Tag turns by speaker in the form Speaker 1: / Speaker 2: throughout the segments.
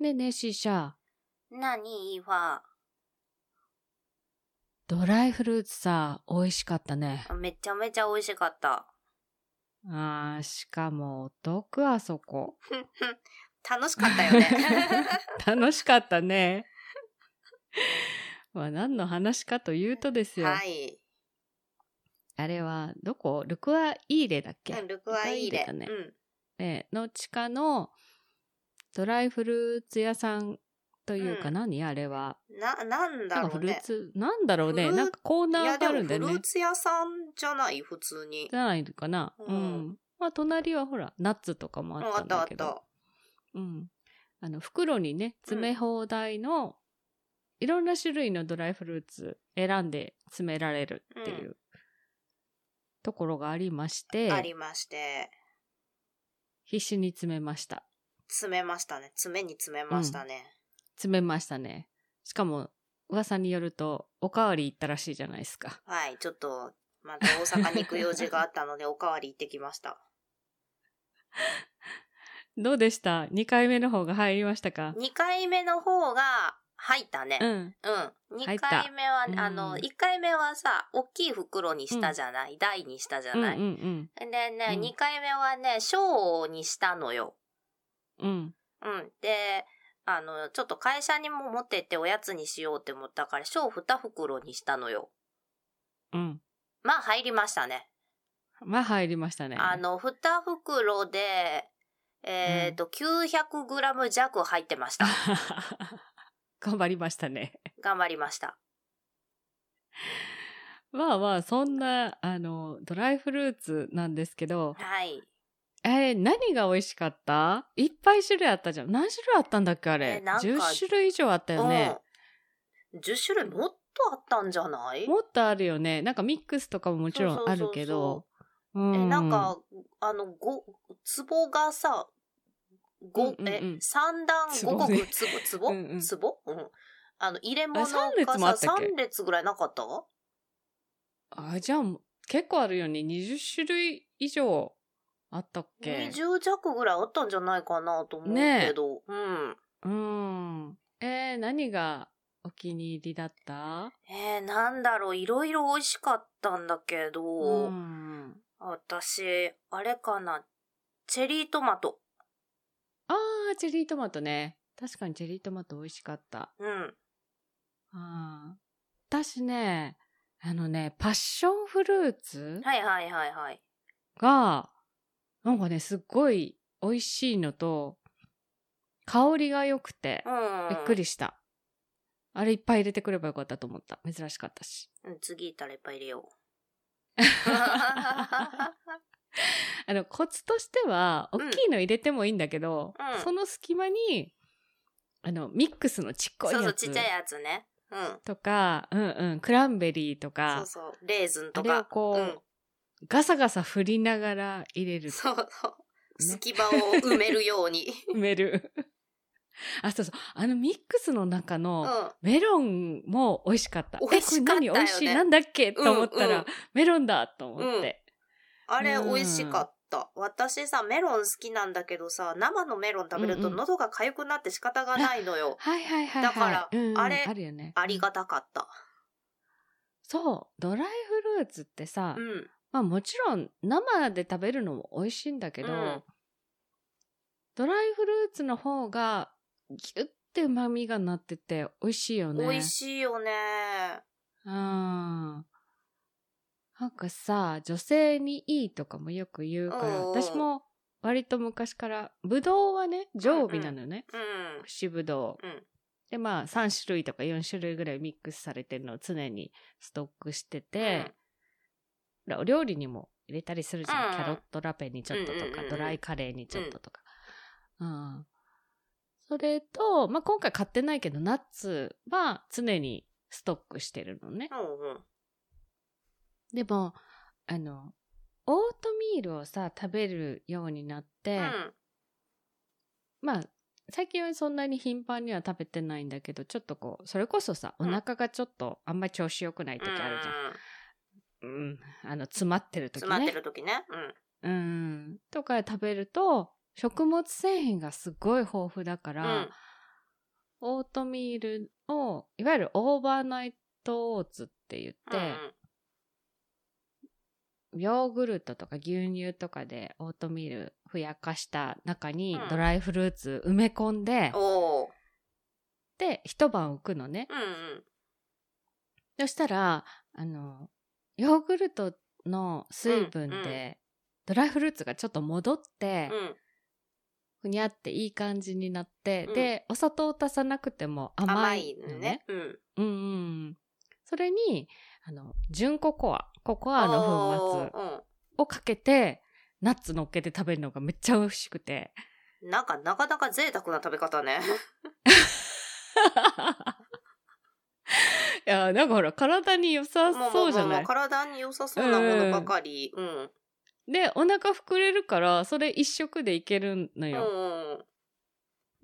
Speaker 1: ねえねえ、シーシャ。
Speaker 2: 那你は、
Speaker 1: ドライフルーツさ、美味しかったね。
Speaker 2: めちゃめちゃ美味しかった。
Speaker 1: あー、しかもお得、あそ こ。
Speaker 2: 楽しかったよね。
Speaker 1: 楽しかったね。まあ、何の話かというとですよ。
Speaker 2: はい。
Speaker 1: あれは、どこルクアイーレだっけ、
Speaker 2: うんルクアイーレ。
Speaker 1: ルクアイーレだね
Speaker 2: うん。
Speaker 1: えーの地下のドライフルーツ屋さんというか、
Speaker 2: うん
Speaker 1: 何あれは。
Speaker 2: な、なんだ
Speaker 1: なんか
Speaker 2: ろう
Speaker 1: フルー
Speaker 2: ね。
Speaker 1: ツ、なんだろうね。
Speaker 2: フルー
Speaker 1: なんかコー
Speaker 2: い
Speaker 1: ナ
Speaker 2: や
Speaker 1: ーが
Speaker 2: で
Speaker 1: あ
Speaker 2: も
Speaker 1: るんだ
Speaker 2: フ
Speaker 1: よ
Speaker 2: ル
Speaker 1: ね
Speaker 2: ー。ツ屋さんじゃない普通に
Speaker 1: じ。ゃないのかな。う。
Speaker 2: うんん
Speaker 1: まあ、隣はほら、ナッツとかも
Speaker 2: うん
Speaker 1: あった
Speaker 2: あ
Speaker 1: ん
Speaker 2: ったあ
Speaker 1: だ
Speaker 2: っ
Speaker 1: けど。
Speaker 2: た。
Speaker 1: うん。あの、袋にね、詰め放題の、いろんな種類のドライフルーツ選んで詰められるっていう、ところがありまして、
Speaker 2: ありまして、
Speaker 1: 必死に詰めました。
Speaker 2: 詰めましたね。詰めに詰めましたね。
Speaker 1: 詰めましたね。しかも、噂によると、おかわり行ったらしいじゃないですか。
Speaker 2: はい、ちょっと、また大阪に行く用事があったので、おかわり行ってきました。
Speaker 1: どうでした ?2 回目の方が入りましたか
Speaker 2: 2回目の方が入ったね
Speaker 1: う。ん。
Speaker 2: うん。
Speaker 1: 入っ
Speaker 2: 2
Speaker 1: た
Speaker 2: 回目は、
Speaker 1: うん
Speaker 2: あの、1回目はさ、大きい袋にしたじゃない、台にしたじゃ
Speaker 1: うんうん
Speaker 2: ない、で
Speaker 1: う
Speaker 2: ね、
Speaker 1: ん
Speaker 2: 2回目はね、小にしたのよ。
Speaker 1: うん。うん。
Speaker 2: うん。で、あの、ちょっと会社にも持ってっておやつにしようって思ったから、小2袋にしたのよ。
Speaker 1: うん。
Speaker 2: まあ、入りましたね。
Speaker 1: まあ入りましたね。
Speaker 2: あの、2袋で、えっ、と、900グラム弱入って ました。
Speaker 1: 頑張りましたね。
Speaker 2: 頑張りました。
Speaker 1: まあまあ、そんな、あの、ドライフルーツなんですけど、
Speaker 2: はい。
Speaker 1: えー何が美味しかったいっぱい種類あったじゃん。何種類あったんだっけあれ
Speaker 2: え。なんか
Speaker 1: 10種類以上あったよね。
Speaker 2: うん。10種類もっとあったんじゃない
Speaker 1: もっとあるよね。なんかミックスとかももちろ
Speaker 2: そ
Speaker 1: ん
Speaker 2: うそ
Speaker 1: あ
Speaker 2: うそうそう
Speaker 1: るけど。う
Speaker 2: え、なん、か、あの、ご、壺がさ、
Speaker 1: うんう
Speaker 2: ご、
Speaker 1: んうん
Speaker 2: え、三段五
Speaker 1: 壺
Speaker 2: 国、
Speaker 1: ね
Speaker 2: つ
Speaker 1: う
Speaker 2: ぼ、
Speaker 1: んうん
Speaker 2: つぼ、つぼうん。あの、入れ物
Speaker 1: あ三列もあ
Speaker 2: が
Speaker 1: った
Speaker 2: さ、
Speaker 1: っけ
Speaker 2: 3列ぐらいなかった
Speaker 1: あ、じゃあ、結構あるよね。20種類以上あったっけ
Speaker 2: ?20 弱ぐらいあったんじゃないかなと思うけど、うん。
Speaker 1: うん。えー何がお気に入りだった
Speaker 2: えー、なんだろう、いろいろ美味しかったんだけど、
Speaker 1: ん。
Speaker 2: 私、あれかな、チェリートマト。
Speaker 1: あー、チェリートマトね。確かにチェリートマト美味しかった。
Speaker 2: うん。
Speaker 1: あー私ね、あのね、パッションフルーツ
Speaker 2: はいはいはいはい。
Speaker 1: が、なんかね、すっごい美味しいのと、香りが良くて
Speaker 2: う、ん。
Speaker 1: びっくりした。あれいっぱい入れてくればよかったと思った。珍しかったし。
Speaker 2: うん、次行ったらいっぱい入れよう。
Speaker 1: あの、コツとしては、大
Speaker 2: うん
Speaker 1: きいの入れてもいいんだけど、
Speaker 2: うん
Speaker 1: その隙間に、あの、ミックスのちっこい
Speaker 2: そうそ
Speaker 1: や
Speaker 2: う、ちっ
Speaker 1: つ
Speaker 2: ちゃいやつね。うん。
Speaker 1: とか、うんうん、クランベリーと
Speaker 2: そ
Speaker 1: か
Speaker 2: う、そう。レーズン
Speaker 1: あ
Speaker 2: と
Speaker 1: れを
Speaker 2: か。
Speaker 1: こう、ガサガサ振りながら入れ
Speaker 2: うん。
Speaker 1: る。
Speaker 2: そうそう。
Speaker 1: ね
Speaker 2: 隙間を埋めるよ うに。
Speaker 1: 埋める。あ、そうそう。あのミックスの中
Speaker 2: う
Speaker 1: の
Speaker 2: ん。
Speaker 1: メロンも美味しかった。
Speaker 2: 美味しかったよね
Speaker 1: え、これ何美味しいなんだっけと思ったら、
Speaker 2: うんうん
Speaker 1: メロンだと思って。
Speaker 2: あれ、美味しかった。私さ、メロン好きなんだけどさ、生のメロン食べる
Speaker 1: う
Speaker 2: と
Speaker 1: んうん
Speaker 2: 喉が痒くなって仕方がない のよ。
Speaker 1: はいはいはい、はい。
Speaker 2: だから
Speaker 1: うんうん
Speaker 2: あれ
Speaker 1: あるよね。
Speaker 2: ありがたかった。
Speaker 1: そう。ドライフルーツってさ、
Speaker 2: うん。
Speaker 1: まあもちろん生で食べるのも美味しいんだけど、
Speaker 2: うん
Speaker 1: ドライフルーツの方がギュッて旨味がなってて美味しいよね。
Speaker 2: 美味しいよね。
Speaker 1: うん。なんかさ、女性にいいとかもよく言うから、
Speaker 2: うん
Speaker 1: 私も割と昔から、ぶどうはね、常備なのよね。
Speaker 2: うん。
Speaker 1: 串ぶどう。
Speaker 2: うん
Speaker 1: で、まあ、3種類とか4種類ぐらいミックスされてるのを常にストックしてて、ほらお料理にも入れたりするじゃん。
Speaker 2: うん
Speaker 1: キャロットラペにちょっとと
Speaker 2: うんうん
Speaker 1: か
Speaker 2: う、ん
Speaker 1: ドライカレーにちょっととか。うん。それと、まあ、今回買ってないけど、ナッツは常にストックしてるのね。
Speaker 2: うん。うんうん。
Speaker 1: でも、あの、オートミールをさ、食べるようになって、
Speaker 2: うん。
Speaker 1: まあ、最近はそんなに頻繁には食べてないんだけど、ちょっとこう、それこそさ、お
Speaker 2: うん
Speaker 1: 腹がちょっとあんまり調子良くない時あるじゃん。
Speaker 2: うん
Speaker 1: うん、あの、詰まってる時ね。
Speaker 2: 詰まってる時ね。うん。
Speaker 1: うん。とか食べると、食物繊維がすごい豊富だか
Speaker 2: う
Speaker 1: ら、
Speaker 2: ん。
Speaker 1: オートミールを、いわゆるオーバーナイトオーツって言って、ヨーグルトとか牛乳とかでオートミールふやかした中に
Speaker 2: うん
Speaker 1: ドライフルーツ埋め込んで、
Speaker 2: うんうん、おお
Speaker 1: で、一晩置くのね。
Speaker 2: うんうん
Speaker 1: そしたら、あの、ヨーグルトの水分
Speaker 2: うんう
Speaker 1: で、ドライフルーツがちょっと戻って、
Speaker 2: うん
Speaker 1: ふにゃっていい感じになって、
Speaker 2: うん
Speaker 1: で、お砂糖を足さなくても甘
Speaker 2: 甘
Speaker 1: い
Speaker 2: い
Speaker 1: の
Speaker 2: のねうん
Speaker 1: うんうん。それに、あの、純ココア、ココアの粉末
Speaker 2: おーうん
Speaker 1: をかけて、ナッツ乗っけて食べるのがめっちゃ美味しくて。
Speaker 2: なんかなかなか贅沢な食べ方ね。
Speaker 1: いや、なんかほら、体に良さ
Speaker 2: も
Speaker 1: そうじゃ
Speaker 2: もも
Speaker 1: な
Speaker 2: う
Speaker 1: い
Speaker 2: 体に良さそうなものばかり。うん。うん
Speaker 1: で、お腹膨れるから、それ一食でいけるの
Speaker 2: う
Speaker 1: よ。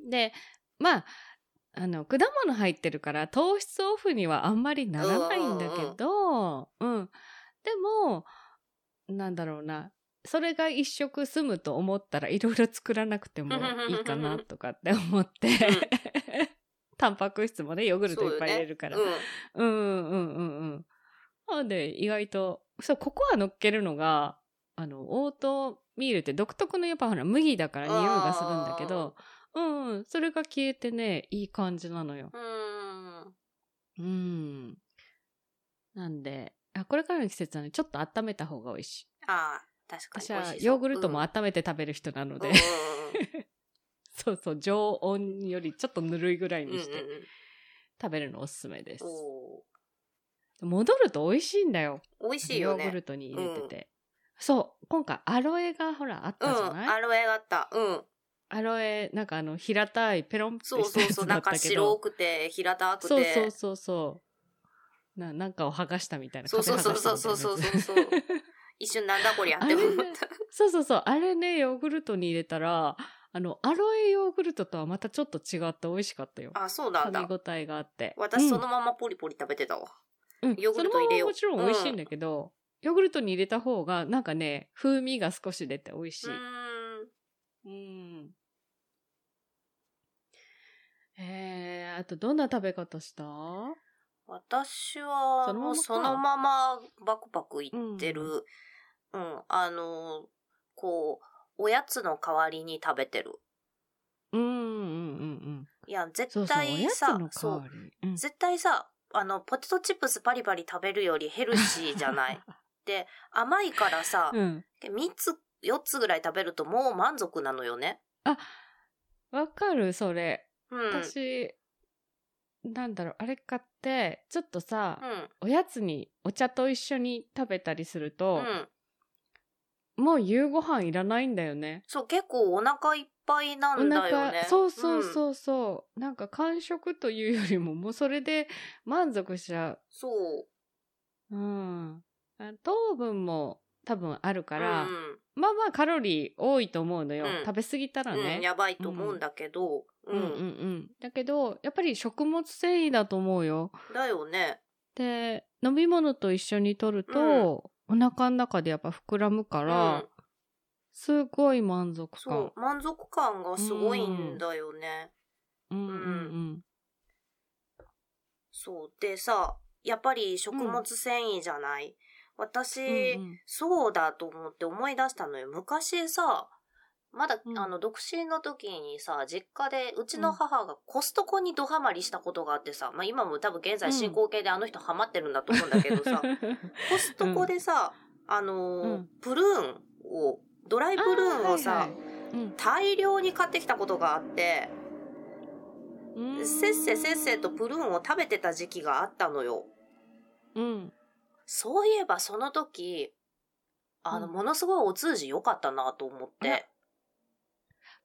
Speaker 2: んうん。
Speaker 1: で、まあ、あの、果物入ってるから、糖質オフにはあんまりならないんだけど、うん。でも、なんだろうな。それが一食済むと思ったらいろいろ作らなくてもいいかなとかって思って、 タンパク質もね、ヨーグルトいっぱい入れるから。う,、
Speaker 2: うん
Speaker 1: うんうんうん。なので、意外と、そう、ココア乗っけるのが、あの、オートミールって独特のやっぱほら、麦だから匂いがするんだけど、うんうん、それが消えてね、いい感じなのよ。
Speaker 2: ん。うん。
Speaker 1: うん。なんで、あこれからの季節はね、ちょっと温めた方が美味しい。
Speaker 2: ああ、確かに
Speaker 1: 私
Speaker 2: 美味し
Speaker 1: は
Speaker 2: そう。
Speaker 1: ヨーグルトも
Speaker 2: あっ
Speaker 1: 温めて食べる人なので、
Speaker 2: て。
Speaker 1: そうそう、常温よりちょっとぬるいぐらい
Speaker 2: うんう ん
Speaker 1: に
Speaker 2: うん
Speaker 1: して食べるのおすすめです。
Speaker 2: お
Speaker 1: 戻ると美味しいんだよ。
Speaker 2: ー美味しいよ
Speaker 1: ヨーグル
Speaker 2: ね。
Speaker 1: トに入れてて。そう、今回アロエがほらあっ
Speaker 2: うん。
Speaker 1: たじゃない、
Speaker 2: アロエがあった。うん。
Speaker 1: アロエ、なんかあの平たいペロンって
Speaker 2: そう
Speaker 1: した
Speaker 2: そう
Speaker 1: や
Speaker 2: そう。
Speaker 1: つ
Speaker 2: な
Speaker 1: だ
Speaker 2: ん
Speaker 1: った
Speaker 2: か
Speaker 1: け
Speaker 2: 白
Speaker 1: ど。
Speaker 2: くて、平たく
Speaker 1: そうそう
Speaker 2: て。
Speaker 1: そうそう。ななんかを剥がしたみたいな。
Speaker 2: そうそうそうそうそうそうそうそう。一瞬なんだこりゃって思っ
Speaker 1: あれ そうそうそう。あれね、ヨーグルトに入れたら、あの、アロエヨーグルトとはまたちょっと違って美味しかったよ。
Speaker 2: た。あ、そうなん
Speaker 1: 噛
Speaker 2: だ
Speaker 1: み。応えがあって。
Speaker 2: 私そのままポリポリ食べてたわ。
Speaker 1: うん、うん
Speaker 2: ヨーグルト入れよう
Speaker 1: そのままもちろん美味しいんだけど、ヨーグルトに入れた方が、なんかね、風味が少し出て美味し
Speaker 2: う
Speaker 1: い。
Speaker 2: ーん。
Speaker 1: うん。えー、あとどんな食べ方した
Speaker 2: 私は
Speaker 1: そのままか
Speaker 2: もうそのままバクバクいってる、うん、あの、こう、おやつの代わりに食べてる。
Speaker 1: うんうんうんうん。
Speaker 2: いや、
Speaker 1: そうそ
Speaker 2: 絶
Speaker 1: う、お
Speaker 2: 対
Speaker 1: やつ
Speaker 2: さ
Speaker 1: の、代
Speaker 2: そう
Speaker 1: わり。うん
Speaker 2: 絶対さ、あの、ポテトチップスバリバリ食べるよりヘルシーじゃ ない。で、甘いからさ、
Speaker 1: うん。
Speaker 2: 3つ、4つぐらい食べるともう満足なのよね。
Speaker 1: あ、わかる、それ。
Speaker 2: うん。うん。
Speaker 1: 私、なんだろう、あれ買って、ちょっとさ、おやつにお茶と一緒に食べたりする
Speaker 2: う
Speaker 1: と、
Speaker 2: ん。
Speaker 1: もう夕ご飯いらないんだよね。
Speaker 2: そう、結構お腹いっぱいな
Speaker 1: お
Speaker 2: んだよ
Speaker 1: 腹、
Speaker 2: ね。
Speaker 1: そうそう
Speaker 2: うん。
Speaker 1: そうそう、なんか完食というよりも、もうそれで満足しちゃ
Speaker 2: そう。
Speaker 1: う。うん。あ糖分も多分あるから、
Speaker 2: うん
Speaker 1: まあまあカロリー多いと思うのよ。
Speaker 2: うん
Speaker 1: 食べ過ぎたら
Speaker 2: うん、
Speaker 1: ね。
Speaker 2: やばいと思うんだけど、う
Speaker 1: うんうんうん。だけど、やっぱり食物繊維だと思うよ。
Speaker 2: だよね。
Speaker 1: で飲み物と一緒に取ると、お腹の中でやっぱ膨らむか
Speaker 2: う
Speaker 1: ら、
Speaker 2: ん、
Speaker 1: すごい満足感
Speaker 2: そう満足感がすごいんだよね。
Speaker 1: うんうん
Speaker 2: そうでさやっぱり食物繊維じゃない、私、
Speaker 1: うんうん
Speaker 2: そうだと思って思い出したのよ昔さまだ、
Speaker 1: うん
Speaker 2: あの独身の時にさ実家でうちの母がコストコにドハマりしたことがあってさ、まあ、今も多分現在進行形であの人ハマってるんだと思うんだけどさ、コストコでさ、あのー
Speaker 1: うん
Speaker 2: プルーンをドライプルーンを
Speaker 1: あー
Speaker 2: さ、
Speaker 1: はいはい
Speaker 2: 大量に買ってきたことがあって
Speaker 1: うんうん
Speaker 2: せっせせっせとプルーンを食べてた時期があったのよ
Speaker 1: うん
Speaker 2: そういえばその時あの、
Speaker 1: うん
Speaker 2: ものすごいお通じ良かったなと思っ
Speaker 1: あら
Speaker 2: て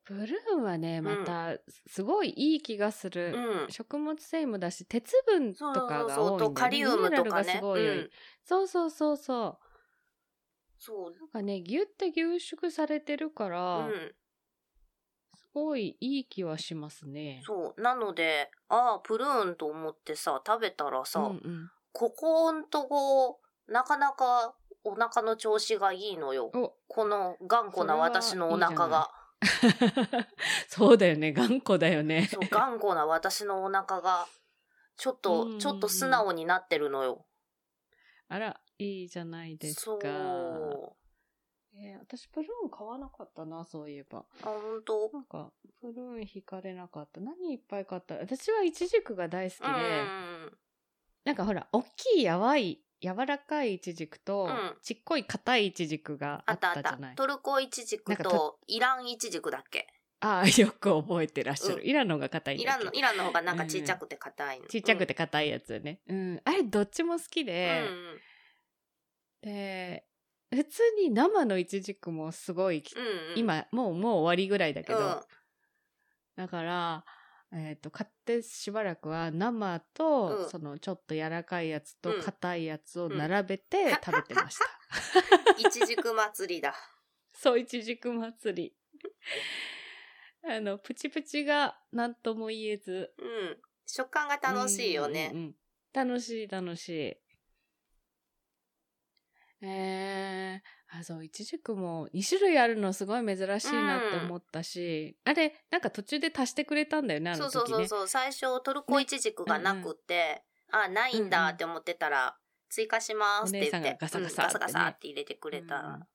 Speaker 1: プルーンはねまたすごいいい気がす
Speaker 2: う
Speaker 1: る、
Speaker 2: ん
Speaker 1: 食物繊維もだし鉄分と
Speaker 2: そうそう
Speaker 1: かが
Speaker 2: そう
Speaker 1: 多いんだよ
Speaker 2: と
Speaker 1: ね
Speaker 2: カリウムとか
Speaker 1: ミネラルが
Speaker 2: ね
Speaker 1: す
Speaker 2: う
Speaker 1: ごい多い
Speaker 2: ん
Speaker 1: そうそうそうそう
Speaker 2: そう
Speaker 1: なんかねギュって凝縮されてるか
Speaker 2: う
Speaker 1: ら、
Speaker 2: ん
Speaker 1: すごいいい気はしますね
Speaker 2: そうなのでああプルーンと思ってさ食べたらさ、
Speaker 1: んうん
Speaker 2: ここんとこなかなかお腹の調子がいいのよ
Speaker 1: お
Speaker 2: この頑固な私のお腹が
Speaker 1: そうだよね。頑固だよね。
Speaker 2: そう、頑固な私のお腹が、ちょっ
Speaker 1: うん
Speaker 2: と、ちょっと素直になってるのよ。
Speaker 1: あら、いいじゃないです
Speaker 2: そう。
Speaker 1: か。
Speaker 2: あ、
Speaker 1: えー私、プルーン買わなかったな、そういえば。
Speaker 2: 本当
Speaker 1: なんか、プルーン惹かれなかった。何いっぱい買った私はイチジクが大好き
Speaker 2: う
Speaker 1: で、
Speaker 2: ん。
Speaker 1: なんかほら、大きい、やわい、柔らかいイチジクと、
Speaker 2: うん
Speaker 1: ちっこい硬いイチジクが
Speaker 2: あ
Speaker 1: あ
Speaker 2: っ
Speaker 1: った
Speaker 2: あ
Speaker 1: た
Speaker 2: っ
Speaker 1: じ
Speaker 2: た
Speaker 1: ゃない。。
Speaker 2: トルコイチジク
Speaker 1: なんか
Speaker 2: とイランイチジクだっけ
Speaker 1: ああ、 よく覚えてらっしゃる。
Speaker 2: う
Speaker 1: イランの方が硬いんだ
Speaker 2: イ
Speaker 1: っけ
Speaker 2: ランの、イランの方がなんかちっちゃくて硬いの。
Speaker 1: ちっちゃくて硬いやつよね。うん。あれ、どっちも好き
Speaker 2: うん。
Speaker 1: で、で、普通に生のイチジクもすごい、
Speaker 2: うんうん。うん、
Speaker 1: 今、もう、もう終わりぐらいだけ
Speaker 2: うん
Speaker 1: ど、だから、えっ、と、買ってしばらくは生と、
Speaker 2: うん
Speaker 1: そのちょっと柔らかいやつと
Speaker 2: うん
Speaker 1: 硬いやつを
Speaker 2: うん
Speaker 1: 並べて食べてました。
Speaker 2: イチジク祭りだ。
Speaker 1: そう、いちじく祭り。あの、プチプチが何とも言えず。
Speaker 2: うん。食感が楽しいよ
Speaker 1: うん
Speaker 2: ね。
Speaker 1: うんうん楽しい、楽しい。えー、あ、そう、いちじくも2種類あるのすごい珍しいなって思ったし、あれ、なんか途中で足してくれたんだよね、あの
Speaker 2: そう
Speaker 1: 時ね。
Speaker 2: そうそうそう。最初トルコイチジクがなくて、あ、ないんだって思ってたら、追加しますって
Speaker 1: お
Speaker 2: 言っ
Speaker 1: 姉さ
Speaker 2: て
Speaker 1: ん、がガサガ
Speaker 2: うん
Speaker 1: サってね
Speaker 2: ガサガサって入れてくれた
Speaker 1: うん
Speaker 2: ら。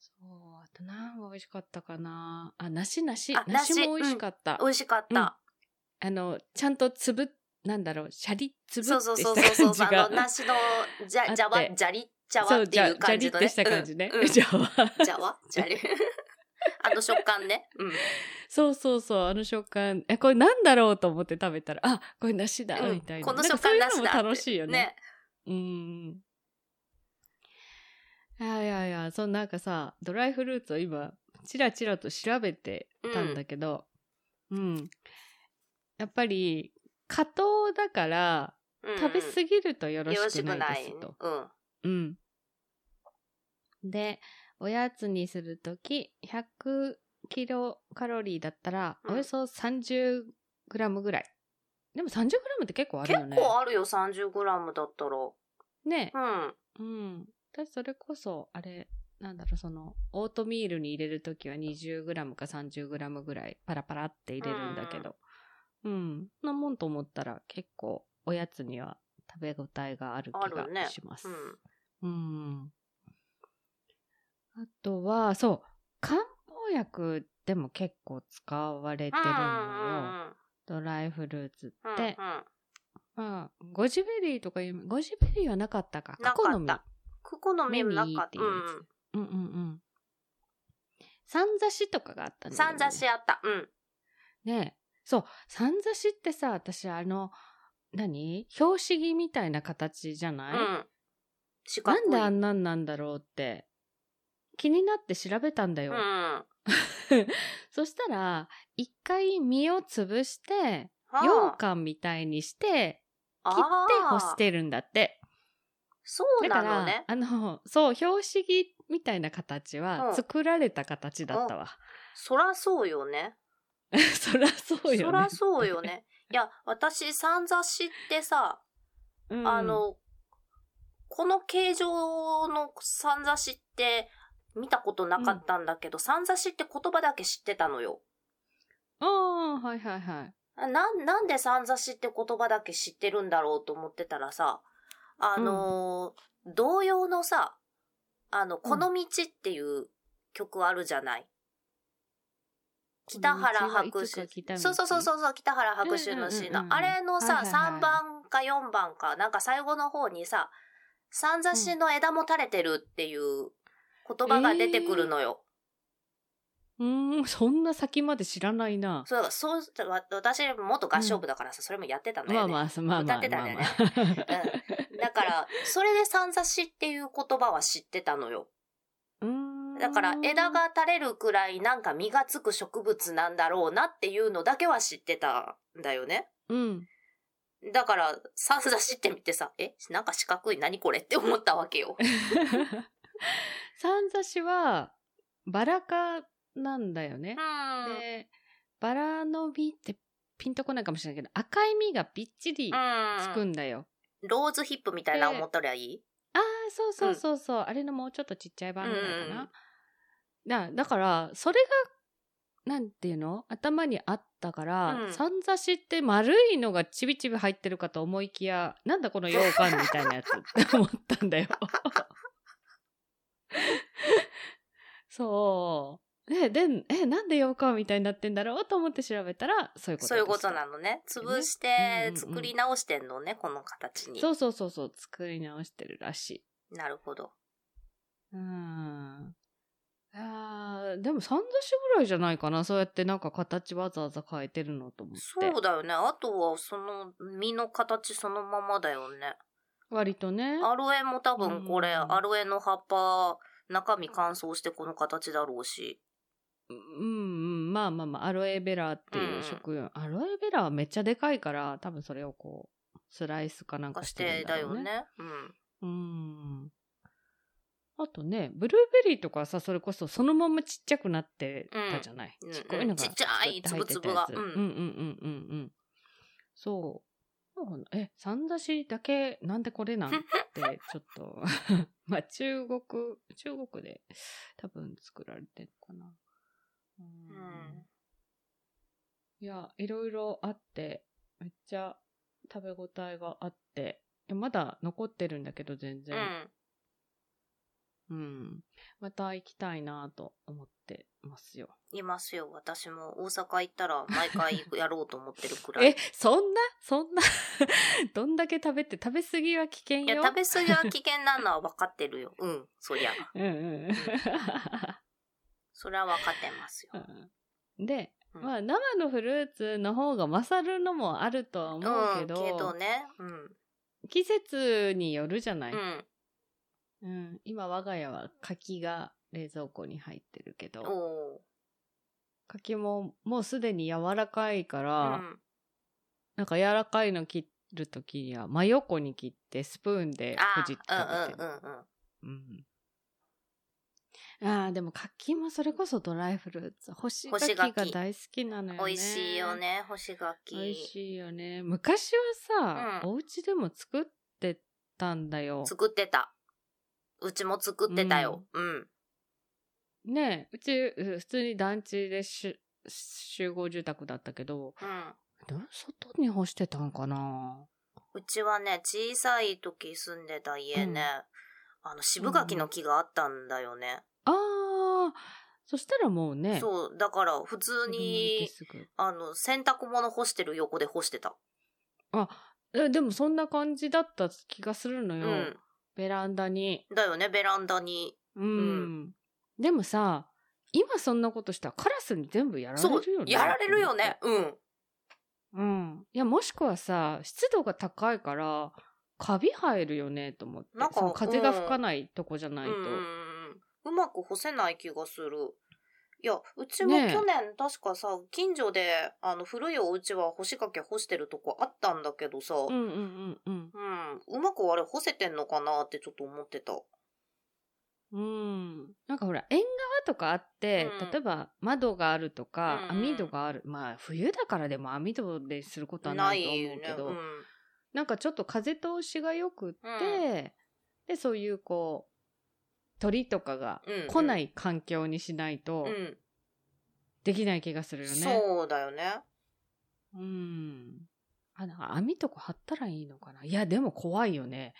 Speaker 1: そう、あと何が美味しかったかな。あ、梨梨。
Speaker 2: あ梨
Speaker 1: 梨も美味しかった。
Speaker 2: 美味しかった。
Speaker 1: あの、ちゃんと粒、なんだろう、シャリ、粒
Speaker 2: そう
Speaker 1: っ
Speaker 2: そう
Speaker 1: て
Speaker 2: そ
Speaker 1: し
Speaker 2: うそ
Speaker 1: た
Speaker 2: うそう。
Speaker 1: 感
Speaker 2: あ
Speaker 1: じ
Speaker 2: の、
Speaker 1: が。
Speaker 2: 梨の、じ
Speaker 1: あっ
Speaker 2: ゃ、
Speaker 1: て
Speaker 2: じゃわ、じゃり、じゃわっていう感じの
Speaker 1: そうじゃじゃり
Speaker 2: ね。
Speaker 1: っとした感じね。
Speaker 2: うんうん
Speaker 1: じゃわ
Speaker 2: じゃわじゃり。 あと食感ね。うん。
Speaker 1: そうそうそう、あの食感。え、これなんだろうと思って食べたら、あ、これ梨だ、
Speaker 2: うん
Speaker 1: みたいな。
Speaker 2: この
Speaker 1: なんか
Speaker 2: 食感なしだ
Speaker 1: そういうのも楽しいよね。
Speaker 2: ね。
Speaker 1: うん。いやいやいや、そうなんかさ、ドライフルーツを今、チラチラと調べてたんだけど、うん。やっぱり、果糖だから、
Speaker 2: うん
Speaker 1: 食べ過ぎるとよろ
Speaker 2: よろ
Speaker 1: し
Speaker 2: し
Speaker 1: く
Speaker 2: く
Speaker 1: な
Speaker 2: ない
Speaker 1: で
Speaker 2: い
Speaker 1: すと。。
Speaker 2: うん。
Speaker 1: うん。で、おやつにするとき、100キロカロリーだったら、
Speaker 2: うん
Speaker 1: およそ30グラムぐらい。でも30グラムって結構ある
Speaker 2: 結
Speaker 1: よね。
Speaker 2: 構あるよ、30グラムだったら。
Speaker 1: ね。
Speaker 2: うん。
Speaker 1: うん。私それこそ、あれ、なんだろう、その、オートミールに入れるときは20グラムか30グラムぐらい、パラパラって入れるんだけど。うん。そんなもんと思ったら、結構、おやつには食べ応えがある
Speaker 2: あ
Speaker 1: 気
Speaker 2: るね
Speaker 1: がします。
Speaker 2: うん。
Speaker 1: うん。あとは、そう、漢方薬でも結構使われてるのよ。ドライフルーツ
Speaker 2: うんうんうん
Speaker 1: っ
Speaker 2: うん
Speaker 1: て。まあ、ゴジベリーとかいう、ゴジベリーはなかったか。
Speaker 2: な
Speaker 1: 過
Speaker 2: か
Speaker 1: 去の
Speaker 2: っ
Speaker 1: み。
Speaker 2: た。クコの実もなかった。
Speaker 1: メミーっていうや
Speaker 2: う
Speaker 1: うんうんうん。三差しとかがあったん
Speaker 2: ん。
Speaker 1: だよ
Speaker 2: 三
Speaker 1: ね。
Speaker 2: 差しあった。うん。
Speaker 1: ねえ。そう、三差しってさ、私あの、何表紙木みたいな形じゃない、
Speaker 2: うん。四角い。
Speaker 1: なんであんなんなんだろうって、気になって調べたんだよ。
Speaker 2: うん。
Speaker 1: そしたら、一回実を潰して、
Speaker 2: あ
Speaker 1: 羊羹みたいにして、切って干し。
Speaker 2: あー
Speaker 1: てるんだって。
Speaker 2: そう
Speaker 1: だか
Speaker 2: な
Speaker 1: ら、
Speaker 2: のね。
Speaker 1: あの、そう、標識みたいな形
Speaker 2: う
Speaker 1: は
Speaker 2: ん
Speaker 1: 作られた形だったわ。
Speaker 2: そらそうよね。
Speaker 1: そらそうよ、ね。
Speaker 2: そらそうよね。いや、私、三差しってさ、
Speaker 1: うん
Speaker 2: あ、の、この形状の三差しって見たことなかったんだけど、三差しって言葉だけ知ってたのよ。
Speaker 1: ああ、はいはいはい。
Speaker 2: なん、なんで三差しって言葉だけ知ってるんだろうと思ってたらさ、あのー同様のさ、あの、この道っていう曲あるじゃない。北原白
Speaker 1: この道はいつか来た
Speaker 2: 秋。
Speaker 1: 道
Speaker 2: そうそうそうそうそう、北原白秋の詩
Speaker 1: うんうんうんう
Speaker 2: の。
Speaker 1: ん
Speaker 2: あれのさ、
Speaker 1: はいはいはい
Speaker 2: 3番か4番か、なんか最後の方にさ、三差しの枝も垂れてるっていう言葉が出てくるのよ。
Speaker 1: うーん、そんな先まで知らないな。
Speaker 2: そう、そう、わ私、元合唱部だからさ、それもやってたんだよ
Speaker 1: まあ
Speaker 2: ね。
Speaker 1: まあ、まあまあ。
Speaker 2: 歌ってたんだよね
Speaker 1: まあまあ
Speaker 2: うんだから、それで三差しっていう言葉は知ってたのよ。
Speaker 1: うーん
Speaker 2: だから、枝が垂れるくらいなんか実がつく植物なんだろうなっていうのだけは知ってたんだよね。
Speaker 1: うん。
Speaker 2: だから、三差しってみてさ、え、なんか四角い何これって思ったわけよ。
Speaker 1: 三差しは、バラ科なんだよね
Speaker 2: う。ん。
Speaker 1: で、バラの実ってピンとこないかもしれないけど、赤い実がびっちりつ
Speaker 2: う
Speaker 1: く
Speaker 2: ん。
Speaker 1: んだよ。
Speaker 2: ローズヒップみたいな思っとりゃいい
Speaker 1: ああ、そうそうそうそう、あれのもうちょっとちっちゃい版ぐらいかな。なだからそれがなんていうの頭にあったから、
Speaker 2: うん
Speaker 1: さんざしって丸いのがちびちび入ってるかと思いきやなんだこの羊羹みたいなやつ って思ったんだよ。 そう。ねで、え、なんで羊羹みたいになってんだろうと思って調べたら、そういうこと
Speaker 2: そういうこと
Speaker 1: で
Speaker 2: なのね。潰し
Speaker 1: ねうんうん
Speaker 2: て
Speaker 1: うん
Speaker 2: 作り直してんのね、この形
Speaker 1: す
Speaker 2: に。
Speaker 1: そうそうそうそう、作り直してるらしい。
Speaker 2: なるほど。
Speaker 1: うんあーでも三差しぐらいじゃないかなそうやってなんか形わざわざ変えてるのと思って
Speaker 2: そうだよね。あとはその実の形そのままだよね。
Speaker 1: 割とね
Speaker 2: アロエも多分これ、
Speaker 1: うん
Speaker 2: アロエの葉っぱ、中身乾燥してこの形だろうし。
Speaker 1: うんうんまあまあまあアロエベラっていう食用、アロエベラはめっちゃでかいから多分それをこうスライスかなん
Speaker 2: なん
Speaker 1: か
Speaker 2: か
Speaker 1: し
Speaker 2: して
Speaker 1: る
Speaker 2: て
Speaker 1: んだろ
Speaker 2: だよ
Speaker 1: うね
Speaker 2: ね。うん。
Speaker 1: うんあとねブルーベリーとかさそれこそそのままちっちゃくなってたじゃない、
Speaker 2: うん
Speaker 1: ちっこいのが
Speaker 2: ちっちゃ
Speaker 1: 作って入っ
Speaker 2: い
Speaker 1: てたやつ
Speaker 2: 粒々がうん
Speaker 1: うんうんうんうんうんそうそうなのえ三だしだけなんでこれなんってちょっと まあ中国中国で多分作られてるのかなうん
Speaker 2: うん。
Speaker 1: いやいろいろあってめっちゃ食べ応えがあっていやまだ残ってるんだけど全
Speaker 2: う
Speaker 1: 然、
Speaker 2: ん。
Speaker 1: うん。また行きたいなと思ってますよ。
Speaker 2: いますよ。私も大阪行ったら毎回やろうと思ってるくらい。い、
Speaker 1: そんなそんな どんだけ食べて食べ過ぎは危険
Speaker 2: や、食べ過ぎは危険なのは分かってるよ。うん、そりゃ。
Speaker 1: うん
Speaker 2: それは分かってますよ。
Speaker 1: うん。で、
Speaker 2: うん
Speaker 1: まあ生のフルーツの方が勝るのもあるとは思うけど,、
Speaker 2: うん、けどね。うん。
Speaker 1: 季節によるじゃない、
Speaker 2: うん。
Speaker 1: うん今我が家は柿が冷蔵庫に入ってるけど
Speaker 2: お
Speaker 1: 柿ももうすでに柔らかいか
Speaker 2: ー
Speaker 1: ら、
Speaker 2: うん。
Speaker 1: なんか柔らかいの切るときには真横に切ってスプーンでほ
Speaker 2: あ
Speaker 1: じって
Speaker 2: あ、
Speaker 1: 食
Speaker 2: う
Speaker 1: べ
Speaker 2: ん
Speaker 1: て
Speaker 2: う
Speaker 1: る。
Speaker 2: んうんうん。
Speaker 1: うんあーでも柿もそれこそドライフルーツ干し柿が
Speaker 2: 干し柿
Speaker 1: 大好きなのよね
Speaker 2: 美味しいよね、干し柿。
Speaker 1: 美味しいよね昔はさ、
Speaker 2: うん
Speaker 1: お家でも作ってたんだよ
Speaker 2: 作ってた。うちも作ってたよ。うん。
Speaker 1: ねえうちう普通に団地でし集合住宅だったけど
Speaker 2: うん。
Speaker 1: ど外に干してたんかな
Speaker 2: うちはね、小さい時住んでた家ね、あの、渋柿の木があったんだよね。
Speaker 1: あーそしたらもうね
Speaker 2: そう、だから普
Speaker 1: 子
Speaker 2: 通
Speaker 1: 供いて
Speaker 2: に、
Speaker 1: すぐ
Speaker 2: あの、洗濯物干してる横で干してた。
Speaker 1: えでもそんな感じだった気がするの
Speaker 2: う
Speaker 1: よ、
Speaker 2: ん。
Speaker 1: ベランダに。
Speaker 2: だよね、ベランダに。
Speaker 1: うん。
Speaker 2: ん
Speaker 1: でもさ、今そんなことしたらカラスに全部やら
Speaker 2: そう
Speaker 1: れるよ、ね。
Speaker 2: やられるよね。。うん。
Speaker 1: うん。いや、もしくはさ、湿度が高いから、カビ生えるよねと思って。
Speaker 2: なんか
Speaker 1: その風が吹かないとこじゃな
Speaker 2: う
Speaker 1: い
Speaker 2: んう
Speaker 1: と。
Speaker 2: んうん。うまく干せない気がする。いや、うちも
Speaker 1: ねえ
Speaker 2: 去年、確かさ、近所で、あの、古いお家は干し柿干してるとこあったんだけどさ、
Speaker 1: うん、うん、うんうん
Speaker 2: うん、うまくあれ干せてんのかなってちょっと思ってた。
Speaker 1: うん。なんかほら、縁側とかあって、
Speaker 2: うん
Speaker 1: 例えば窓があるとか、
Speaker 2: うんうん
Speaker 1: 網戸がある。まあ、冬だからでも網戸ですることは
Speaker 2: な
Speaker 1: ないと思
Speaker 2: いよ
Speaker 1: う
Speaker 2: ね
Speaker 1: けど、
Speaker 2: うん
Speaker 1: なんかちょっと風通しがよくって、
Speaker 2: う
Speaker 1: で、そういうこう、鳥とかが
Speaker 2: うんうん
Speaker 1: 来ない環境にしないと
Speaker 2: うん
Speaker 1: できない気がするよね。
Speaker 2: そうだよね。
Speaker 1: うん。あ、なんか網とか張ったらいいのかな。いや、でも怖いよね。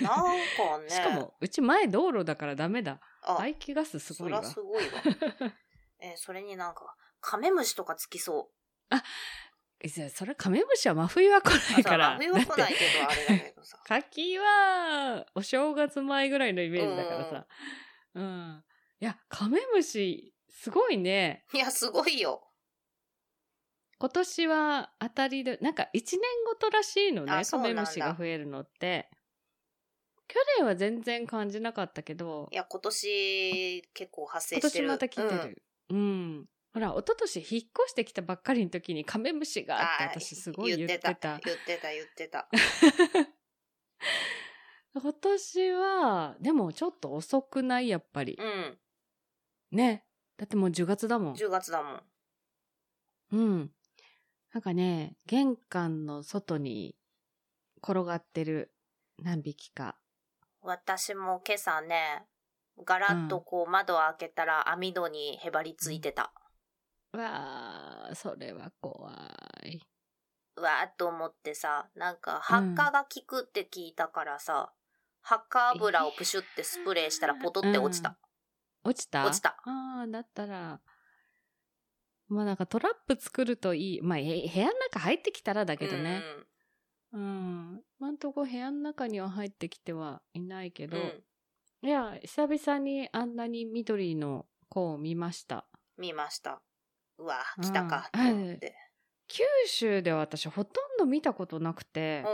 Speaker 2: なんか ね。
Speaker 1: しかも、うち前道路だからダメだ。
Speaker 2: あ、
Speaker 1: 排気ガスすごい
Speaker 2: そ
Speaker 1: わ
Speaker 2: ら。すごいわ。 えーそれになんか、カメムシとかつきそ
Speaker 1: えじゃあそれカメムシは真冬は来
Speaker 2: う。
Speaker 1: ないから。
Speaker 2: あそう真冬
Speaker 1: だ
Speaker 2: は来ない
Speaker 1: って
Speaker 2: けど、あれだけ どさ。
Speaker 1: 柿はお正月前ぐらいのイメージだからさ。うん。いや、カメムシ、すごいね。
Speaker 2: いや、すごいよ。
Speaker 1: 今年は当たりでなんか1年ごとらしいのね
Speaker 2: あ
Speaker 1: カ
Speaker 2: そうな
Speaker 1: メ
Speaker 2: んだ
Speaker 1: ムシが増えるのって去年は全然感じなかったけど
Speaker 2: いや、今年、結構発生
Speaker 1: 今
Speaker 2: して
Speaker 1: 年
Speaker 2: る。
Speaker 1: また来て
Speaker 2: うん
Speaker 1: るうん、ほら一昨年引っ越してきたばっかりの時にカメムシがあって私すごい言ってた
Speaker 2: 言ってた、言ってた。
Speaker 1: 今年はでもちょっと遅くないやっぱり
Speaker 2: う、ん。
Speaker 1: ねだってもう10月だもん
Speaker 2: 10月だもん。
Speaker 1: うんなんかね玄関の外に転がってる何匹か
Speaker 2: 私も今朝ね、ガラッとこう窓を開けたら網戸にへばりついてた。
Speaker 1: わあ、それは怖い。
Speaker 2: うわーっと思ってさ、なんか発火が効くって聞いたからさ、発火油をプシュってスプレーしたらポトって落ちた。
Speaker 1: 落ちた
Speaker 2: 落ちた
Speaker 1: ああ、だったら、まあなんかトラップ作るといい。まあへ部屋の中入ってきたらだけどね。うん。今んとこ部屋の中には入ってきてはいないけ
Speaker 2: うん。
Speaker 1: ど、
Speaker 2: うん。
Speaker 1: いや、久々にあんなに緑の子を見ました。
Speaker 2: 見ました。うわー来たかって思って。
Speaker 1: 九州では私ほとんど見たことなくて
Speaker 2: う、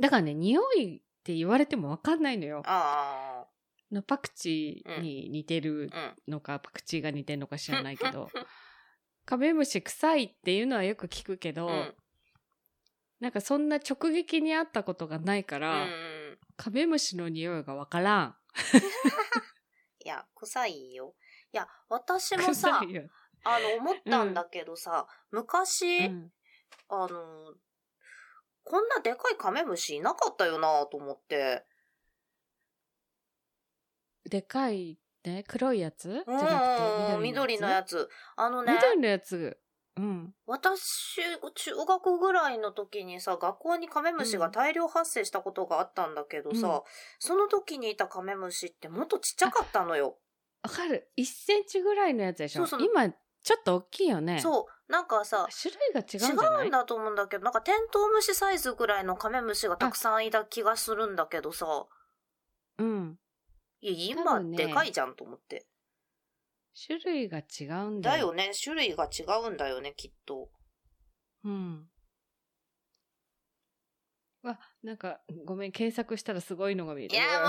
Speaker 2: ん。
Speaker 1: だからね、匂いって言われてもわかんないのよ。
Speaker 2: あ
Speaker 1: のパクチーに似てる
Speaker 2: あ。うん。
Speaker 1: のか、パクチーが似てるのか知らないけど、カメムシ臭いっていうのはよく聞くけど、
Speaker 2: うん。
Speaker 1: なんかそんな直撃にあったことがないか
Speaker 2: うん
Speaker 1: ら、
Speaker 2: うん。
Speaker 1: カメムシの匂いがわからん。
Speaker 2: いや、臭いよ。いや、私もさ
Speaker 1: 臭、いよ
Speaker 2: あの、思ったんだけどさ、昔、
Speaker 1: うん
Speaker 2: あの、こんなでかいカメムシいなかったよなと思って。
Speaker 1: でかいね、黒いやつじ
Speaker 2: う
Speaker 1: ゃなく
Speaker 2: ん、
Speaker 1: て
Speaker 2: 緑
Speaker 1: 緑
Speaker 2: の
Speaker 1: の
Speaker 2: や
Speaker 1: やつ。
Speaker 2: つ。あのね、
Speaker 1: 緑のやつ。うん。
Speaker 2: 私、中学ぐらいの時にさ、学校にカメムシが大量発生したことがあったんだけどさ、
Speaker 1: うん
Speaker 2: その時にいたカメムシってもっとちっちゃかったのよ。
Speaker 1: わかる。1センチぐらいのやつでしょ。
Speaker 2: そうそう
Speaker 1: 今、ちょっと大きいよね。
Speaker 2: そう、なんかさ、
Speaker 1: 種類が違うんじ
Speaker 2: 違
Speaker 1: ゃない
Speaker 2: うんだと思うんだけど、なんかテントウムシサイズぐらいのカメムシがたくさんいた気がするんだけどさ、
Speaker 1: うん。
Speaker 2: いや、
Speaker 1: 多
Speaker 2: 今
Speaker 1: 分ね
Speaker 2: でかいじゃんと思って。
Speaker 1: 種類が違うんだ
Speaker 2: だよね、種類が違うんだよね、きっと。
Speaker 1: うん。わ、なんか、ごめん、検索したらすごいのが見え
Speaker 2: い
Speaker 1: る。
Speaker 2: や、もう、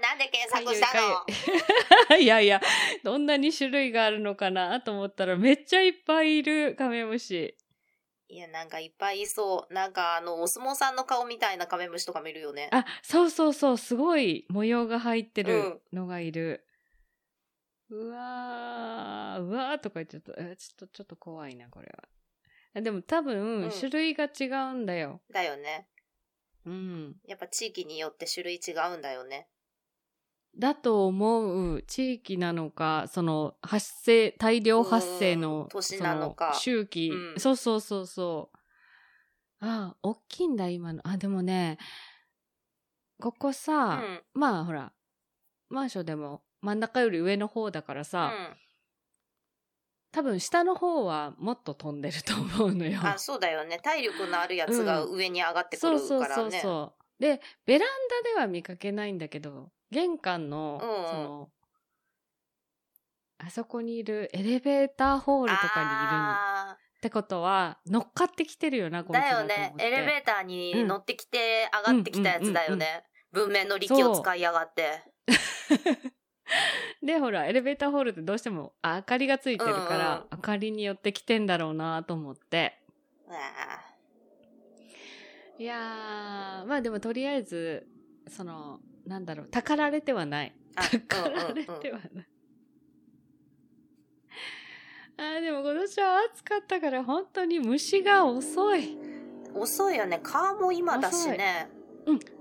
Speaker 2: なんで検索した
Speaker 1: かゆい
Speaker 2: の
Speaker 1: かゆいいやいや、どんなに種類があるのかなと思ったら、めっちゃいっぱいいるカメムシ。
Speaker 2: いや、なんかいっぱいいそう。なんかあの、お相撲さんの顔みたいなカメムシとか見るよね。
Speaker 1: あ、そうそうそう、すごい模様が入ってるのがいる。うわー、うわーとか言っちゃった。えちょっと、ちょっと怖いな、これは。あでも多分、
Speaker 2: うん
Speaker 1: 種類が違うんだよ。
Speaker 2: だよね。
Speaker 1: うん。
Speaker 2: やっぱ地域によって種類違うんだよね。
Speaker 1: だと思う地域なのか、その発生、大量発生
Speaker 2: うん
Speaker 1: の
Speaker 2: 都市なのか
Speaker 1: そ周期、
Speaker 2: うん
Speaker 1: そうそうそうそう。ああ、大きいんだ、今の。あ、でもね、ここ
Speaker 2: うん。う
Speaker 1: さ、
Speaker 2: ん。
Speaker 1: まあほら、マンションでも真ん中より上の方だからさ、多分下の方はもっと飛んでると思うのよ。
Speaker 2: あ、そうだよね。体力のあるやつが
Speaker 1: う
Speaker 2: 上に上がってく
Speaker 1: そう
Speaker 2: る
Speaker 1: そう
Speaker 2: から
Speaker 1: そう
Speaker 2: ね。
Speaker 1: そう。で、ベランダでは見かけないんだけど、玄関の、
Speaker 2: うんうん
Speaker 1: その、あそこにいるエレベーターホールとかにいる
Speaker 2: あー
Speaker 1: ってことは、乗っかってきてるよな、こいつ
Speaker 2: だ
Speaker 1: ら
Speaker 2: よ
Speaker 1: と思
Speaker 2: ね
Speaker 1: っ。て
Speaker 2: エレベーターに乗ってきて上がってきたやつだよね。文明の力を使いやがって。
Speaker 1: で、ほら、エレベーターホールってどうしてもあ明かりがついてるから、
Speaker 2: うんう
Speaker 1: 明
Speaker 2: ん
Speaker 1: かりによって来てんだろうなと思って。
Speaker 2: うわ
Speaker 1: いやー、まあでもとりあえず、その、なんだろう、たかられてはない。
Speaker 2: あ
Speaker 1: た かられ
Speaker 2: うんうんう
Speaker 1: て
Speaker 2: ん
Speaker 1: はない。あーでも今年は暑かったから本当に虫が遅い。
Speaker 2: 遅いよね。顔も今だしね。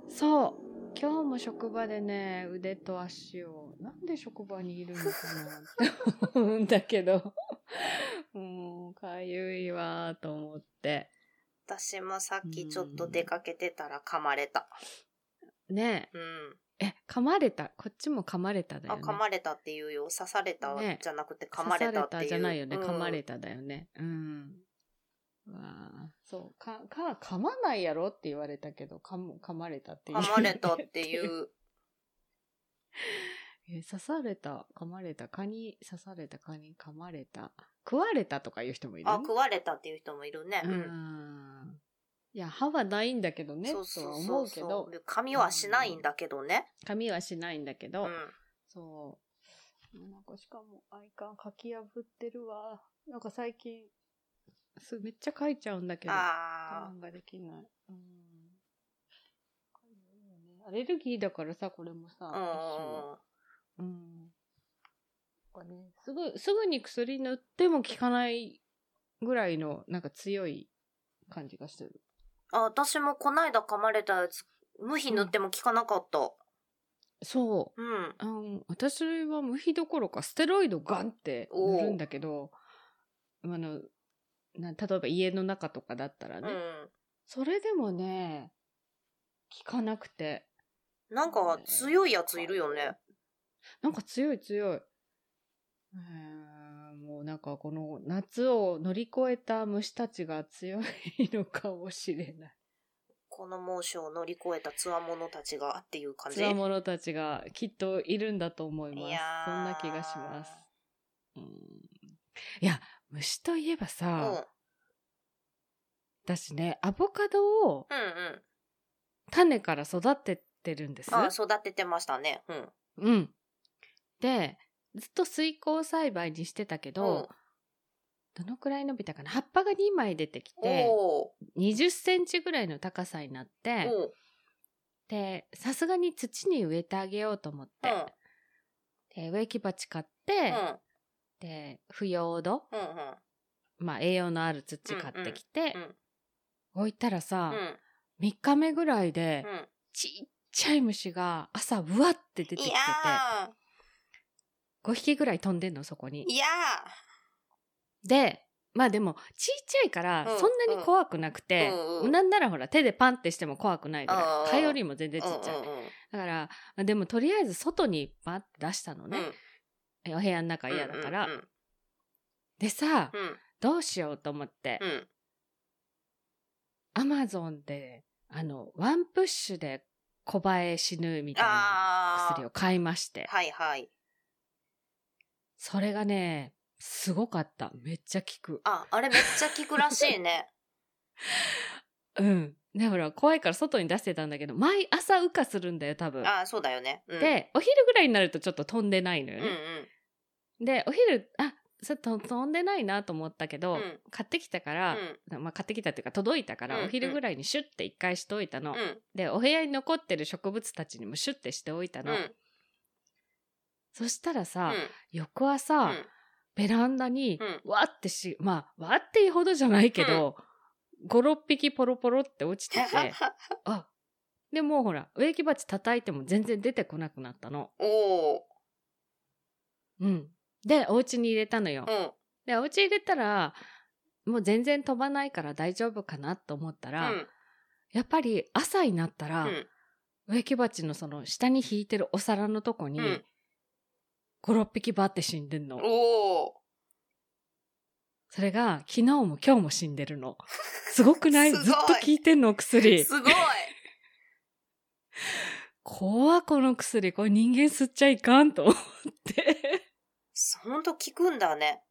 Speaker 1: そう。今日も職場でね、腕と足を、なんで職場にいるのかなって思うんだけど、もう、かゆいわーと思って。
Speaker 2: 私もさっきちょっと出かけてたら噛まれた。
Speaker 1: ね
Speaker 2: うん。
Speaker 1: え、え、噛まれた。こっちも噛まれただ
Speaker 2: あ、
Speaker 1: よね。
Speaker 2: 噛まれたっていうよ。刺された
Speaker 1: ね
Speaker 2: じゃなくて噛まれたっていう。
Speaker 1: 刺されたじゃないよね。噛まれ
Speaker 2: た。
Speaker 1: ただよね。うん。うわあそう。か、か、噛まないやろって言われたけど、噛む、噛まれたっていう。
Speaker 2: 噛まれたっていう。
Speaker 1: え。刺された、噛まれた、蚊に刺された、蚊に噛まれた。食われたとか言う人もいる
Speaker 2: あ、
Speaker 1: ね
Speaker 2: 食われたっていう人もいるね。
Speaker 1: う。ん。いや、歯はないんだけどね、
Speaker 2: そ
Speaker 1: と
Speaker 2: うそう
Speaker 1: は
Speaker 2: そ
Speaker 1: 思
Speaker 2: う
Speaker 1: うけど
Speaker 2: そ、う。髪はしないんだけどね。
Speaker 1: 髪はしないんだけ
Speaker 2: う
Speaker 1: ど、
Speaker 2: ん。
Speaker 1: そう。なんかしかも、アイカン書き破ってるわ。なんか最近、すめっちゃ書いちゃうんだけど。
Speaker 2: あ
Speaker 1: 我慢ができない。うん。アレルギーだからさ、これもさ、一
Speaker 2: あ。
Speaker 1: 種のうん。なんかね、すぐ、すぐに薬塗っても効かないぐらいの、なんか強い感じがしてる。
Speaker 2: うん。あ、私もこないだ噛まれたやつ、無比塗っても効かなかった。。
Speaker 1: そう
Speaker 2: うん。
Speaker 1: あの私は無比どころかステロイドガンって塗るんだけどあのな例えば家の中とかだったら
Speaker 2: う
Speaker 1: ね、
Speaker 2: ん。
Speaker 1: それでもね効かなくて
Speaker 2: なんか強いやついるよね。
Speaker 1: なんか強い強い。うーんもうなんかこの夏を乗り越えた虫たちが強いのかもしれない。
Speaker 2: この猛暑を乗り越えた強者たちがっていう感じ。
Speaker 1: 強者たちがきっといるんだと思いま
Speaker 2: い
Speaker 1: す
Speaker 2: や。ー
Speaker 1: そんな気がします。うんいや、虫といえば
Speaker 2: うん。うん
Speaker 1: さ、私ね、アボカドを
Speaker 2: うん。
Speaker 1: 種から育ててるんです。
Speaker 2: あ、育ててましたね。うん。
Speaker 1: うん。で、ずっと水耕栽培にしてたけど、どのくらい伸びたかな葉っぱが2枚出てき
Speaker 2: うん、
Speaker 1: て、
Speaker 2: お
Speaker 1: 20センチぐらいの高さになっ
Speaker 2: ー
Speaker 1: て、
Speaker 2: おー。
Speaker 1: で、さすがに土に植えてあげようと思って、で植木鉢買って、で、腐葉土、
Speaker 2: うん。うん。うん。
Speaker 1: まあ栄養のある土買ってきて、
Speaker 2: うんうん
Speaker 1: 置いたらさ、
Speaker 2: うん。
Speaker 1: 3日目ぐらいで、
Speaker 2: うん。
Speaker 1: ちっちゃい虫が朝、うわって出てきて
Speaker 2: い
Speaker 1: て
Speaker 2: や、
Speaker 1: 5匹ぐらい飛んでんの、そこ
Speaker 2: ー。い
Speaker 1: に。
Speaker 2: や
Speaker 1: で、まあでも、ちっちゃいから
Speaker 2: うん、
Speaker 1: そんなに怖くなくて、
Speaker 2: うんうん
Speaker 1: なんならほら、手でパンってしても怖くないぐ
Speaker 2: うんう
Speaker 1: ら
Speaker 2: ん
Speaker 1: い。蚊よりも全
Speaker 2: ー。
Speaker 1: 然ちっちゃい。
Speaker 2: うんうんうん
Speaker 1: だから、まあでもとりあえず外にバッて出したの
Speaker 2: う
Speaker 1: ね。
Speaker 2: ん
Speaker 1: お部屋の中嫌だから。
Speaker 2: うんうん
Speaker 1: でさ、
Speaker 2: うん
Speaker 1: どうしようと思って
Speaker 2: う、ん
Speaker 1: アマゾンで、あの、ワンプッシュで小バエ死ぬみたいな
Speaker 2: あ
Speaker 1: 薬を買いまして
Speaker 2: ー。はいはい
Speaker 1: それがね、すごかった。めっちゃ効く。
Speaker 2: ああれめっちゃ効くらしい ね
Speaker 1: うん。で、ほら、怖いから外に出してたんだけど、毎朝羽化するんだよ、多分。
Speaker 2: あーそうだよね、うん、
Speaker 1: で、お昼ぐらいになるとちょっと飛んでないの
Speaker 2: う
Speaker 1: よ
Speaker 2: んうん
Speaker 1: ね。で、お昼、あ、ちょっと飛んでないなと思ったけど、
Speaker 2: うん
Speaker 1: 買ってきたか
Speaker 2: う
Speaker 1: ら、
Speaker 2: ん
Speaker 1: まあ、買ってきたっていうか届いたか
Speaker 2: うん
Speaker 1: ら
Speaker 2: うん
Speaker 1: お昼ぐらいにシュッて一回しといたの、
Speaker 2: うん
Speaker 1: でお部屋に残ってる植物たちにもシュッてしておいた
Speaker 2: う
Speaker 1: の、
Speaker 2: ん
Speaker 1: そしたら
Speaker 2: う
Speaker 1: さ、
Speaker 2: ん
Speaker 1: 翌朝、
Speaker 2: うん
Speaker 1: ベランダに、
Speaker 2: う
Speaker 1: わってしまあわっていうほどじゃないけど、56匹ポロポロって落ちてて あでもうほら植木鉢叩いても全然出てこなくなったの。
Speaker 2: おー
Speaker 1: うん、でお家に入れたのよ。
Speaker 2: うん
Speaker 1: でお家入れたらもう全然飛ばないから大丈夫かなと思った
Speaker 2: う
Speaker 1: ら、
Speaker 2: ん
Speaker 1: やっぱり朝になったら、
Speaker 2: うん
Speaker 1: 植木鉢のその下に引いてるお皿のとこに、
Speaker 2: うん
Speaker 1: 5、6匹バーって死んでんの。
Speaker 2: おー
Speaker 1: それが昨日も今日も死んでるの。すごくない
Speaker 2: すごい
Speaker 1: ずっと効いてんのお薬
Speaker 2: す。ごい
Speaker 1: 怖この薬。これ人間吸っちゃいかんと思って。
Speaker 2: ほんと効くんだね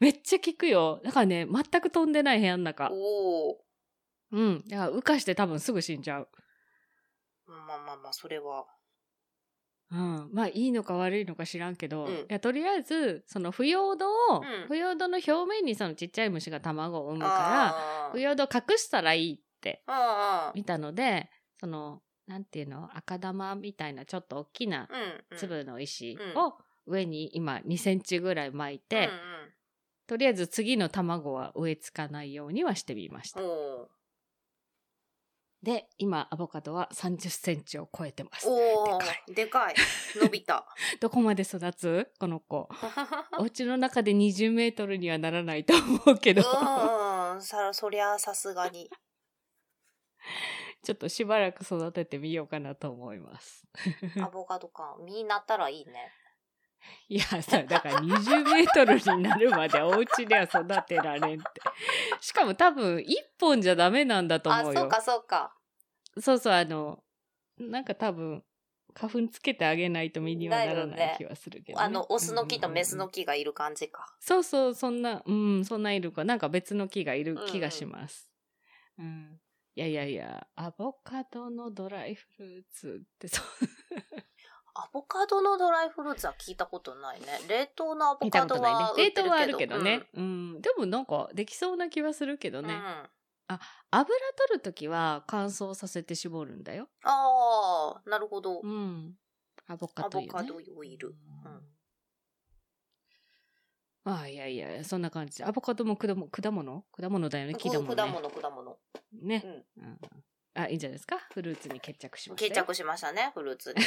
Speaker 1: めっちゃ効くよ。だからね、全く飛んでない部屋の中。
Speaker 2: おお
Speaker 1: うん。だから羽化して多分すぐ死んじゃう。
Speaker 2: まあまあまあそれは
Speaker 1: うん、まあいいのか悪いのか知らんけど、
Speaker 2: うん
Speaker 1: いやとりあえずその腐葉土を、
Speaker 2: うん
Speaker 1: 腐葉土の表面にそのちっちゃい虫が卵を産むから
Speaker 2: あー
Speaker 1: 腐葉土を隠したらいいって
Speaker 2: あー
Speaker 1: 見たのでそのなんていうの赤玉みたいなちょっと大きな
Speaker 2: うんうん
Speaker 1: 粒の石
Speaker 2: うん
Speaker 1: を上に今2センチぐらい巻いて、
Speaker 2: うん
Speaker 1: とりあえず次の卵は植え付かないようにはしてみました、
Speaker 2: うんおー
Speaker 1: で今アボカドは3 0センチを超えてます
Speaker 2: おーでかい伸びた
Speaker 1: どこまで育つこの子お家の中で20メートルにはならないと思うけど、
Speaker 2: うんうんさそりゃさすがに
Speaker 1: ちょっとしばらく育ててみようかなと思います。
Speaker 2: アボカドか実になったらいいね
Speaker 1: いや、さ、だから20メートルになるまでお家では育てられんって。しかも多分1本じゃダメなんだと
Speaker 2: あ
Speaker 1: 思うよ。
Speaker 2: そうかそうか
Speaker 1: そうそう、あの、なんか多分、花粉つけてあげないと身にはなら
Speaker 2: だよ
Speaker 1: ない
Speaker 2: ね
Speaker 1: 気はするけど、ね。
Speaker 2: あのオスの木とメスの
Speaker 1: 木。
Speaker 2: 木がいる感じか
Speaker 1: そうそう、そんな、うん、そんないるか、なんか別の木がいる気がします。うん、いやいやいや、アボカドのドライフルーツってそう、
Speaker 2: アボカドのドライフルーツは聞いたことないね冷凍のアボ
Speaker 1: 見た
Speaker 2: カ
Speaker 1: こと
Speaker 2: ド
Speaker 1: な
Speaker 2: はい売
Speaker 1: ね。
Speaker 2: っ
Speaker 1: 冷
Speaker 2: て
Speaker 1: 凍
Speaker 2: る
Speaker 1: はあるけど
Speaker 2: う
Speaker 1: ね
Speaker 2: ん。
Speaker 1: うん、でもなんかできそうな気はするけど
Speaker 2: うん
Speaker 1: ね。
Speaker 2: あ
Speaker 1: 油取るときは乾燥させて絞るんだよ。
Speaker 2: あーなるほど
Speaker 1: うん。アボカ
Speaker 2: ア
Speaker 1: ドよ
Speaker 2: ボ
Speaker 1: ね。
Speaker 2: カドオイルうん
Speaker 1: まあいやいや、そんな感じで。アボカドも果物果物果物だよね、木だもんね。
Speaker 2: 果物果物
Speaker 1: ね、
Speaker 2: うん
Speaker 1: うんあ、いいんじゃないですか。フルーツに決着しましたよ。
Speaker 2: 決着しましたね、フルー ツに。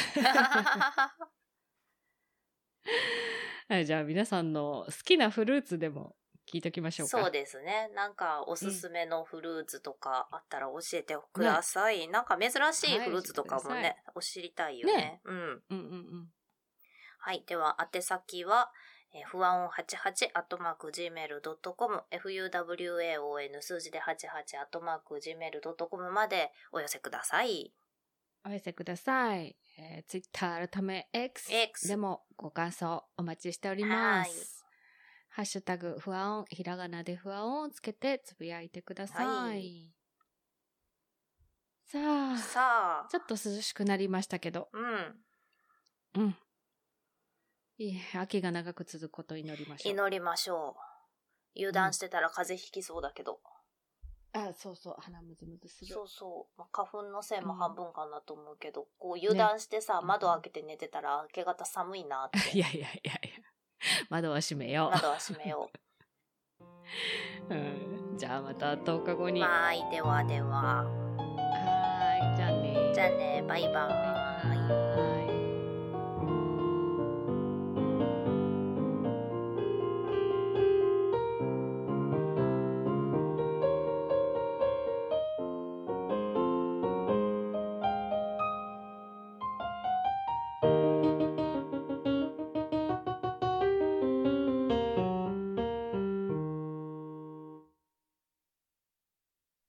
Speaker 1: はい、じゃあ皆さんの好きなフルーツでも聞いときましょうか。
Speaker 2: そうですね。なんかおすすめのフルーツとかあったら教えてください。なんか珍しいフルーツとかも
Speaker 1: はい
Speaker 2: ね、お知りたいよね。
Speaker 1: ね
Speaker 2: うん。
Speaker 1: うんうんうん。
Speaker 2: はい。では、宛先は、えー不安を88、アットマーク、gmail.com、fuwaon 数字で88、アットマーク、gmail.com までお寄せください。
Speaker 1: お寄せください。えー、Twitter 改め X,
Speaker 2: X
Speaker 1: でもご感想お待ちしております。ハッシュタグ不安音、ひらがなで不安音をつけてつぶやいてください。
Speaker 2: はい
Speaker 1: さあ、
Speaker 2: さあ
Speaker 1: ち、ょっと涼しくなりましたけど、
Speaker 2: うん。
Speaker 1: うん。いいえ秋が長く続くことを祈りましょう。
Speaker 2: 祈りましょう。油断してたら風邪ひきそうだけど。
Speaker 1: あ、そうそう、鼻むずむずする
Speaker 2: そ。うそう。まあ、花粉のせいも
Speaker 1: うん
Speaker 2: 半分かなと思うけど、こう油断してさ、
Speaker 1: ね
Speaker 2: 窓開けて寝てたら明け方寒いなっ
Speaker 1: い
Speaker 2: て。
Speaker 1: やいやいやいや、窓は閉めよ
Speaker 2: 窓は閉めよ
Speaker 1: う。うん、じゃあまた10日後
Speaker 2: う。
Speaker 1: に。は
Speaker 2: はい。ではでは。
Speaker 1: ーい、じゃあね
Speaker 2: じゃあね、バイバイ。